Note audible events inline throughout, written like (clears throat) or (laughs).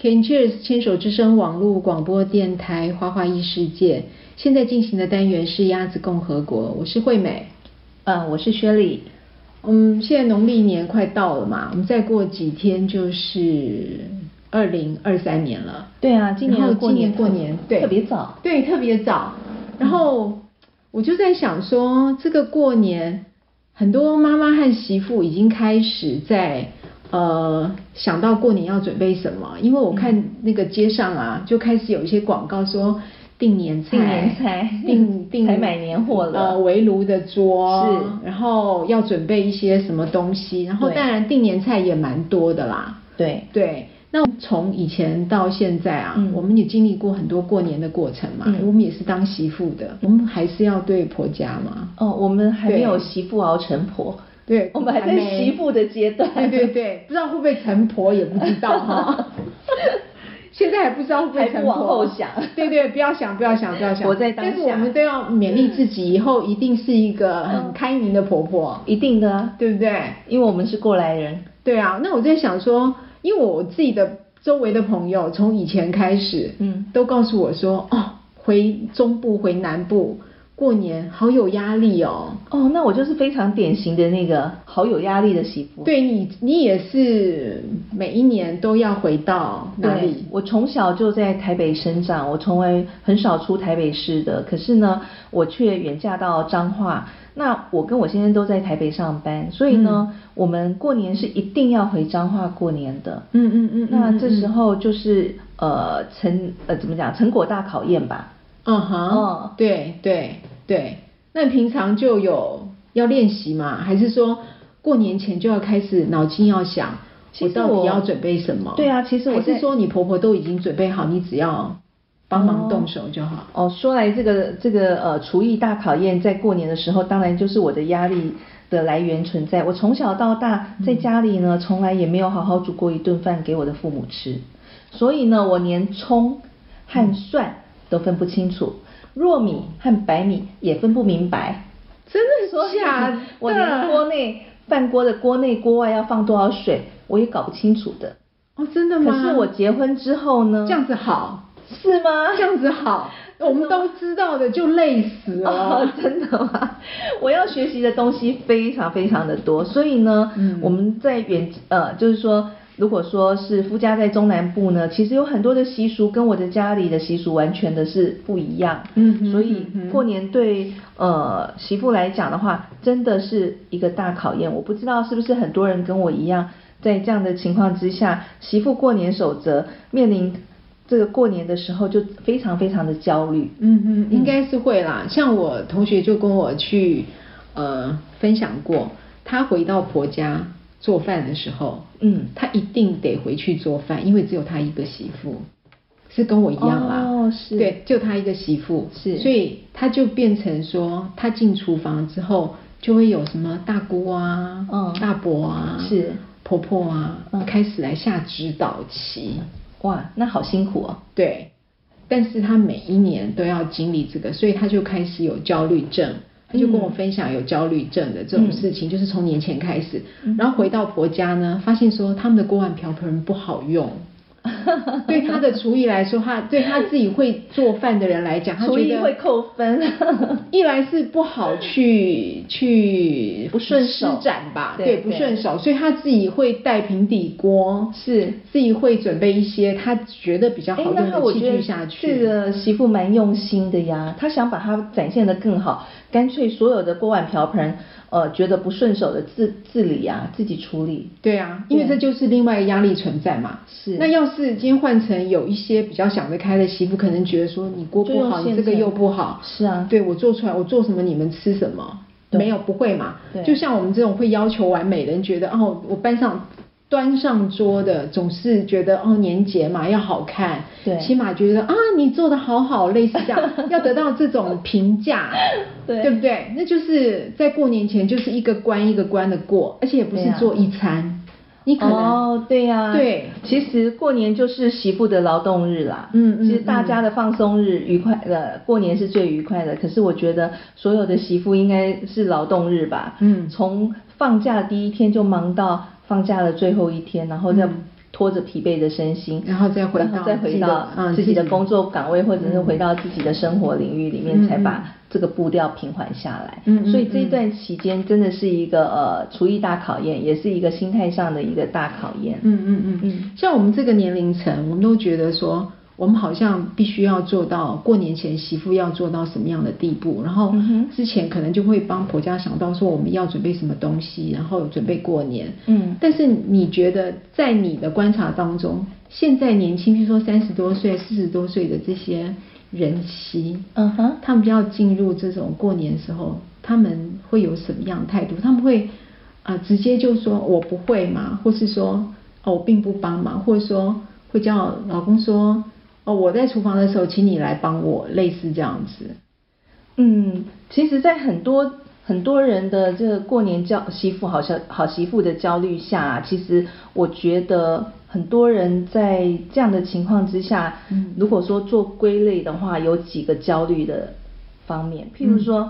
Can Cheers 牵手之声网络广播电台《花花异世界》现在进行的单元是鸭子共和国，我是惠美。呃，我是薛丽。嗯，现在农历年快到了嘛，我们再过几天就是二零二三年了。对啊，今年然后的今年过特年对特别早。对，特别早。然后我就在想说，这个过年，很多妈妈和媳妇已经开始在呃想到过年要准备什么，因为我嗯看那个街上啊，就开始有一些广告说。订年菜，订年菜订订才买年货了呃，围炉的桌是然后要准备一些什么东西，然后对当然订年菜也蛮多的啦。对，对，那从以前到现在啊，嗯我们也经历过很多过年的过程嘛，嗯我们也是当媳妇的，我们还是要对婆家嘛。哦，我们还没对有媳妇熬成婆。对，我们还在没媳妇的阶段对对对，不知道会不会成婆也不知道 (laughs) 哈。现在还不知道会不会成婆，啊还不往后想对对，不要想，不要想，不要想。活在当下但是我们都要勉励自己，以后一定是一个很嗯开明的婆婆，一定的啊，对不对？因为我们是过来人。对啊，那我在想说，因为我自己的周围的朋友，从以前开始，嗯都告诉我说，哦，回中部回南部过年好有压力哦。哦，那我就是非常典型的那个好有压力的媳妇。对你，你也是每一年都要回到对，哪里？我从小就在台北生长，我从来很少出台北市的。可是呢，我却远嫁到彰化。那我跟我先生都在台北上班，所以呢，嗯我们过年是一定要回彰化过年的。嗯嗯嗯嗯那这时嗯候就是呃成呃怎么讲成果大考验吧。嗯哼，哦对对对。那你平常就有要练习吗？还是说过年前就要开始脑筋要想，其实到底我要准备什么？对啊其实我还是在说你婆婆都已经准备好，你只要帮忙哦动手就好。哦，说来这个这个呃厨艺大考验，在过年的时候，当然就是我的压力的来源存在。我从小到大嗯在家里呢，从来也没有好好煮过一顿饭给我的父母吃，所以呢，我连葱嗯和蒜都分不清楚，糯米和白米也分不明白。真所的以假的？我连锅内饭锅的锅内锅外要放多少水，我也搞不清楚的。哦，真的可吗？是我结婚之后呢，这样子好，是吗？ (laughs) 这样子好，我们都知道的就累死哦了。，真的吗？我要学习的东西非常非常的多，所以呢，嗯我们在远呃，就是说，如果说是夫家在中南部呢，其实有很多的习俗跟我的家里的习俗完全的是不一样，嗯哼所以嗯哼过年对呃媳妇来讲的话，真的是一个大考验。我不知道是不是很多人跟我一样，在这样的情况之下，媳妇过年守则面临这个过年的时候就非常非常的焦虑，嗯嗯，应该是会啦。像我同学就跟我去呃分享过，她回到婆家做饭的时候，嗯她一定得回去做饭，因为只有她一个媳妇，是跟我一样啦。哦是对，就她一个媳妇，是所以她就变成说，她进厨房之后就会有什么大姑啊、嗯大伯啊、是婆婆啊，嗯开始来下指导棋。哇，那好辛苦哦。对，但是他每一年都要经历这个，所以他就开始有焦虑症。他就跟我分享有焦虑症的这种事情，就是从年前开始，嗯然后回到婆家呢，发现说他们的锅碗瓢盆不好 (laughs) 用。对他的厨艺来说，他对他自己会做饭的人来讲，他厨觉艺得会扣分 (laughs) 一来是不好去去不顺手施展吧，对不对顺手，所以他自己会带平底锅，是自己会准备一些他觉得比较好哎，用那的我器觉具得下去。这个媳妇蛮用心的呀，她想把它展现的更好，干脆所有的锅碗瓢盆，呃，觉得不顺手的自自理啊，自己处理。对啊，因为这就是另外一个压力存在嘛。是那要是今天换成有一些比较想得开的媳妇，可能觉得说你锅不好，你就用现成这个又不好。是啊对我做出来，我做什么你们吃什么？对没有不会嘛。对就像我们这种会要求完美的人，觉得哦，我搬上端上桌的，总是觉得哦年节嘛要好看，对起码觉得啊你做的好好，类似这 (laughs) 样，要得到这种评价，对对不对？那就是在过年前就是一个关一个关的过，而且也不是对啊做一餐。你可能哦，对呀、对，其实过年就是媳妇的劳动日啦，嗯嗯其实大家的放松日愉快的，过年是最愉快的。可是我觉得所有的媳妇应该是劳动日吧，嗯从放假第一天就忙到放假的最后一天，然后再嗯拖着疲惫的身心，然后再回然后到再回自己的到嗯自己的自己工作岗位，或者是嗯回到自己的生活领域里面，嗯才嗯把这个步调平缓下来。嗯嗯所以这一嗯段期间真的是一个呃厨艺大考验，也是一个心态上的一个大考验。嗯嗯嗯嗯嗯，像我们这个年龄层，我们都觉得说，我们好像必须要做到过年前媳妇要做到什么样的地步，然后嗯哼之前可能就会帮婆家想到说我们要准备什么东西，然后准备过年。嗯但是你觉得在你的观察当中，现在年轻，比如说三十多岁、四十多岁的这些人妻，嗯哼他们要进入这种过年时候，他们会有什么样的态度？他们会啊、呃直接就说我不会嘛，或是说哦我并不帮忙，或者说会叫老公说哦我在厨房的时候，请你来帮我，类似这样子。嗯，其实，在很多很多人的这个过年焦媳妇好像好媳妇的焦虑下、其实我觉得很多人在这样的情况之下，嗯如果说做归类的话，有几个焦虑的方面，譬如说、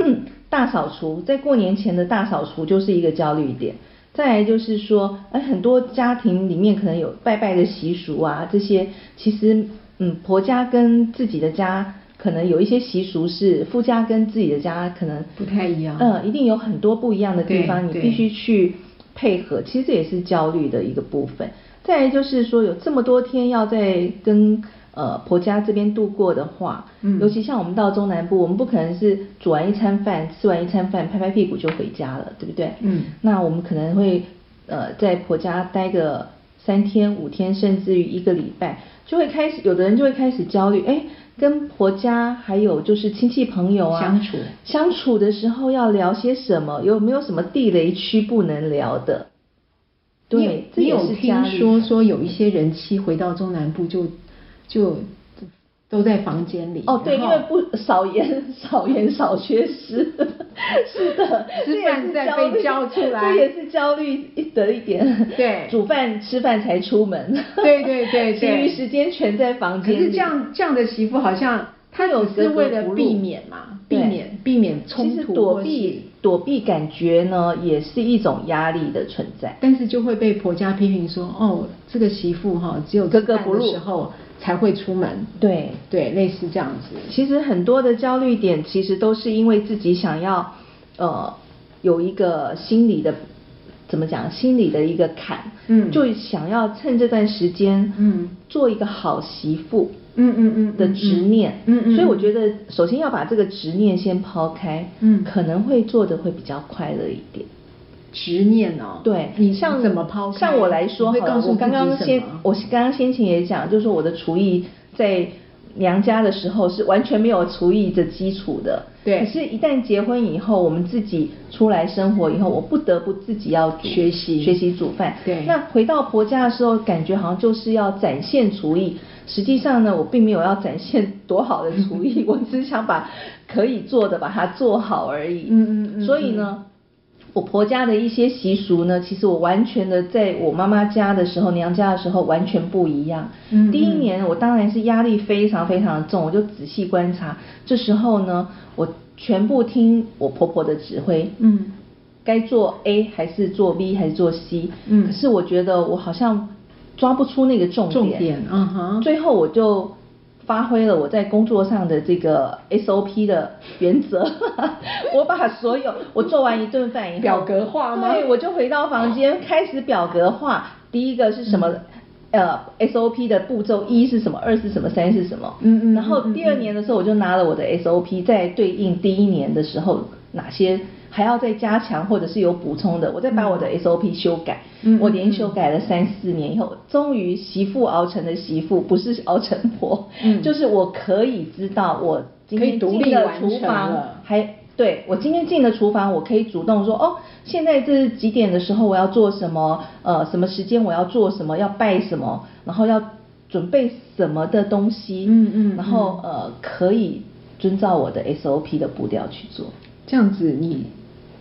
(clears throat) 大扫除，在过年前的大扫除就是一个焦虑点。再来就是说，哎，很多家庭里面可能有拜拜的习俗啊，这些其实，嗯，婆家跟自己的家可能有一些习俗是夫家跟自己的家可能不太一样嗯，一定有很多不一样的地方，你对必须去配合，其实这也是焦虑的一个部分。再来就是说，有这么多天要在跟呃婆家这边度过的话，嗯尤其像我们到中南部，我们不可能是煮完一餐饭、吃完一餐饭、拍拍屁股就回家了，对不对？嗯那我们可能会呃在婆家待个三天、五天，甚至于一个礼拜，就会开始有的人就会开始焦虑，哎，跟婆家还有就是亲戚朋友啊相处相处的时候要聊些什么，有没有什么地雷区不能聊的？你有对，这你也有是听家里说说有一些人妻回到中南部就就都在房间里哦，对，然因后为不少盐、 (laughs) 少盐、少缺失， (laughs) 是的，吃这也饭是再焦被虑叫出来 (laughs) 这也是焦虑的一点。对煮饭、吃饭才出门， (laughs) 对对对对其余时间全在房可间里。是这样这样的媳妇好像她有格是格为了不入避免嘛，避对免避免冲其实突，躲避，躲避感觉呢，也是一种压力的存在。但是就会被婆家批评说，哦，这个媳妇哈、只有格格不入吃饭的时候才会出门，对，对，类似这样子。其实很多的焦虑点，其实都是因为自己想要，呃，有一个心理的，怎么讲，心理的一个坎，嗯就想要趁这段时间，嗯做一个好媳妇，嗯嗯嗯嗯的执念，嗯嗯嗯所以我觉得首先要把这个执念先抛开，嗯可能会做的会比较快乐一点。执念哦，对，你像怎么抛开？像我来说你会好告了，诉我刚刚自己先什么我刚刚先前也讲，就是说我的厨艺在娘家的时候是完全没有厨艺的基础的。对可是，一旦结婚以后，我们自己出来生活以后，我不得不自己要煮学习学习煮饭。对那回到婆家的时候，感觉好像就是要展现厨艺。实际上呢，我并没有要展现多好的 (laughs) 厨艺，我只想把可以做的把它做好而已。嗯嗯嗯所以呢，我婆家的一些习俗呢，其实我完全的在我妈妈家的时候、娘家的时候完全不一样。嗯嗯第一年我当然是压力非常非常重，我就仔细观察。这时候呢，我全部听我婆婆的指挥。嗯。该做 A 还是做 B 还是做 C？嗯可是我觉得我好像抓不出那个重点。重点嗯哼最后我就发挥了我在工作上的这个 SOP 的 (laughs) 原则，我把所有我做完一顿饭以后，表格化吗对，我就回到房间开始表格化。第一个是什么？嗯呃，SOP 的步骤一是什么？二是什么？三是什么？嗯嗯然后嗯嗯第二嗯年的时候，我就拿了我的 SOP，再对应第一年的时候哪些还要再加强或者是有补充的，我再把我的 SOP 修改。嗯嗯我连嗯修改了三四年以后，终于媳妇熬成的媳妇，不是熬成婆，嗯就是我可以知道我今可以天独立进了完厨成房了，还对我今天进了厨房，我可以主动说哦，现在这是几点的时候我要做什么，呃，什么时间我要做什么，要拜什么，然后要准备什么的东西，嗯嗯然后呃，可以遵照我的 SOP 的步调去做。这样子你，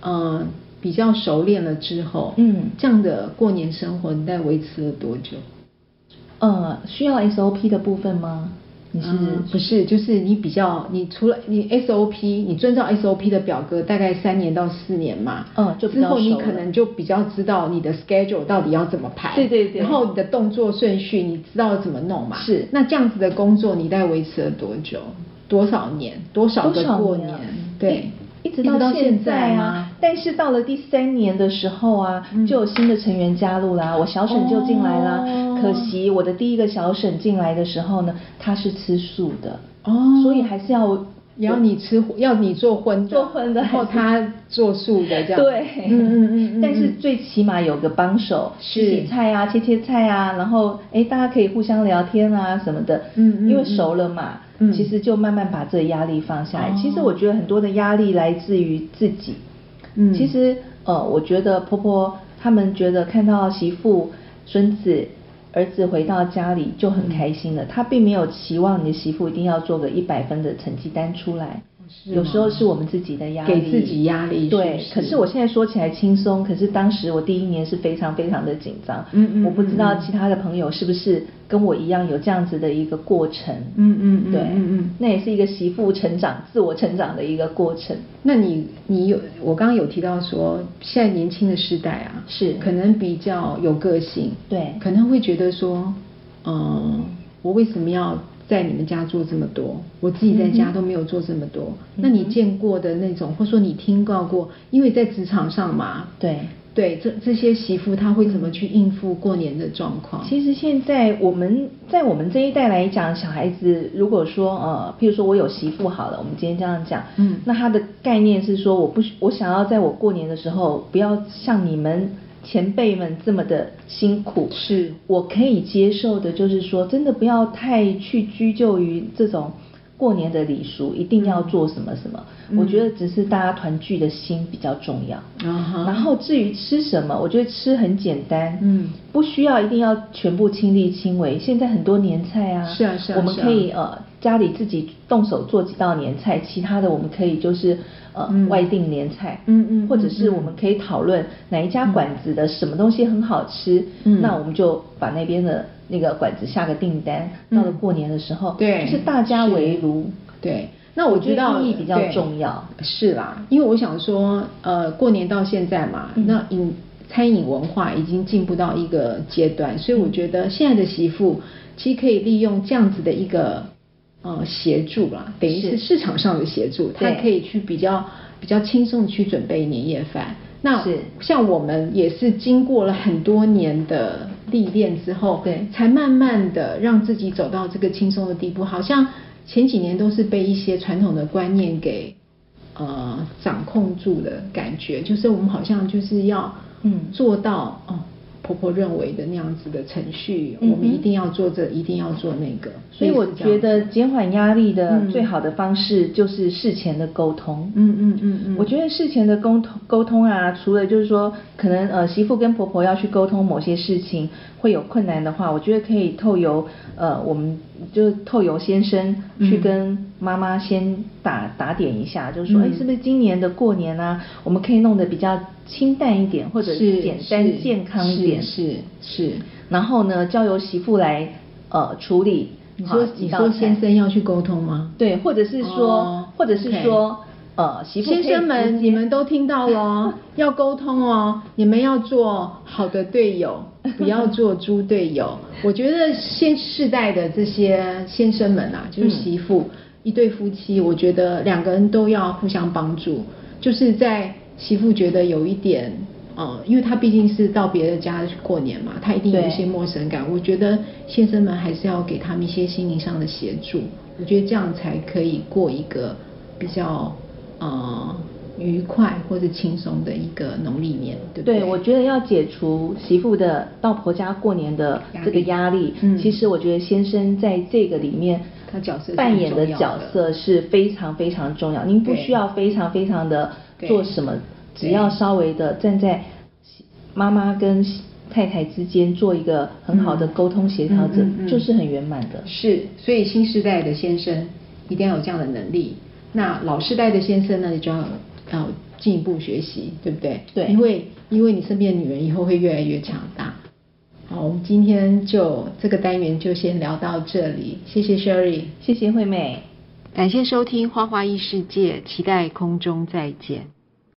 呃，比较熟练了之后，嗯这样的过年生活你大概维持了多久？呃，需要 SOP 的部分吗？你是、嗯不是，就是你比较，你除了你 SOP，你遵照 SOP 的表格，大概三年到四年嘛，嗯就比之较后你熟了可能就比较知道你的 schedule 到底要怎么排，对对对然后你的动作顺序你知道怎么弄嘛，是那这样子的工作你大概维持了多久？多少年？多少个多少过年啊对，一直到现在吗啊，但是到了第三年的时候啊，嗯就有新的成员加入啦，我小沈就进来啦。哦可惜我的第一个小沈进来的时候呢，他是吃素的，哦所以还是要也要你吃，要你做荤的，做荤的然后还是他做素的这样，对，嗯嗯嗯嗯，但是嗯最起码有个帮手，是洗洗菜啊，切切菜啊，然后哎，大家可以互相聊天啊什么的，嗯嗯因为熟了嘛，嗯其实就慢慢把这个压力放下来。哦其实我觉得很多的压力来自于自己，嗯其实呃，我觉得婆婆他们觉得看到媳妇、孙子。儿子回到家里就很开心了，他嗯并没有期望你的媳妇一定要做个一百分的成绩单出来，是吗有时候是我们自己的压力，给自己压力是不是对，可是我现在说起来轻松，可是当时我第一年是非常非常的紧张。嗯嗯我不知道嗯其他的朋友是不是跟我一样有这样子的一个过程。嗯嗯嗯对，嗯嗯那也是一个媳妇成长、自我成长的一个过程。那你你有我刚刚有提到说，现在年轻的世代啊，是可能比较有个性，对可能会觉得说，嗯，我为什么要在你们家做这么多？我自己在嗯家都没有做这么多。那你见过的那种，或说你听到过，因为在职场上嘛，对，对，这这些媳妇她会怎么去应付过年的状况？其实现在我们在我们这一代来讲，小孩子如果说呃，譬如说我有媳妇好了，我们今天这样讲，嗯那他的概念是说，我不我想要在我过年的时候，不要像你们前辈们这么的辛苦，是我可以接受的，就是说真的不要太去拘就于这种。过年的礼俗一定要做什么什么，嗯我觉得只是大家团聚的心比较重要。啊哈然后至于吃什么，我觉得吃很简单，嗯不需要一定要全部亲力亲为。现在很多年菜啊，是啊是啊我们是啊可以呃家里自己动手做几道年菜，其他的我们可以就是呃、嗯外订年菜，嗯嗯嗯或者是我们可以讨论哪一家馆子的什么东西很好吃，嗯那我们就把那边的那个馆子下个订单，嗯到了过年的时候，对就是大家是围炉，对，那我知道我觉得意义比较对重要是啦，因为我想说，呃，过年到现在嘛，嗯那饮餐饮文化已经进步到一个阶段，所以我觉得现在的媳妇其实可以利用这样子的一个呃协助啦，等于是是市场上的协助，她对可以去比较比较轻松的去准备年夜饭。那是像我们也是经过了很多年的历练之后，对才慢慢的让自己走到这个轻松的地步。好像前几年都是被一些传统的观念给呃掌控住的感觉，就是我们好像就是要嗯做到哦婆婆认为的那样子的程序，嗯哼我们一定要做这，一定要做那个。所以我类似这觉样子得减缓压力的嗯最好的方式就是事前的沟通。嗯嗯嗯嗯我觉得事前的沟通沟通啊，除了就是说，可能呃媳妇跟婆婆要去沟通某些事情会有困难的话，我觉得可以透由呃我们就是透由先生去嗯跟妈妈先打打点一下，就是说，哎、嗯是不是今年的过年啊，我们可以弄得比较清淡一点，或者是简单是健康一点。是是。是然后呢，交由媳妇来呃处理。你好说几你道说菜先生要去沟通吗？对，或者是说，哦或者是 OK 说，呃，媳妇可以先生直们，接你们都听到了 (laughs) 哦，要沟通哦，你们要做好的队友，不要做猪队 (laughs) 友。我觉得现世代的这些先生们啊，就是嗯媳妇、一对夫妻，我觉得两个人都要互相帮助，就是在媳妇觉得有一点。呃，因为她毕竟是到别的家去过年嘛，她一定有一对些陌生感。我觉得先生们还是要给他们一些心灵上的协助，我觉得这样才可以过一个比较呃愉快或者轻松的一个农历年，对不对？对，我觉得要解除媳妇的到婆家过年的这个压压力力，嗯其实我觉得先生在这个里面他角色是扮演很重要角色是非常非常重要。您不对需要非常非常的对做什么，对只要稍微的站在妈妈跟太太之间做一个很好的嗯沟通协调者，嗯嗯嗯就是很圆满的。是，所以新时代的先生一定要有这样的能力。那老世代的先生呢，就要要进一步学习，对不对？对因为因为你身边的女人以后会越来越强大。好，我们今天就这个单元就先聊到这里，谢谢 Sherry，谢谢惠美。感谢收听《花花异世界》，期待空中再见。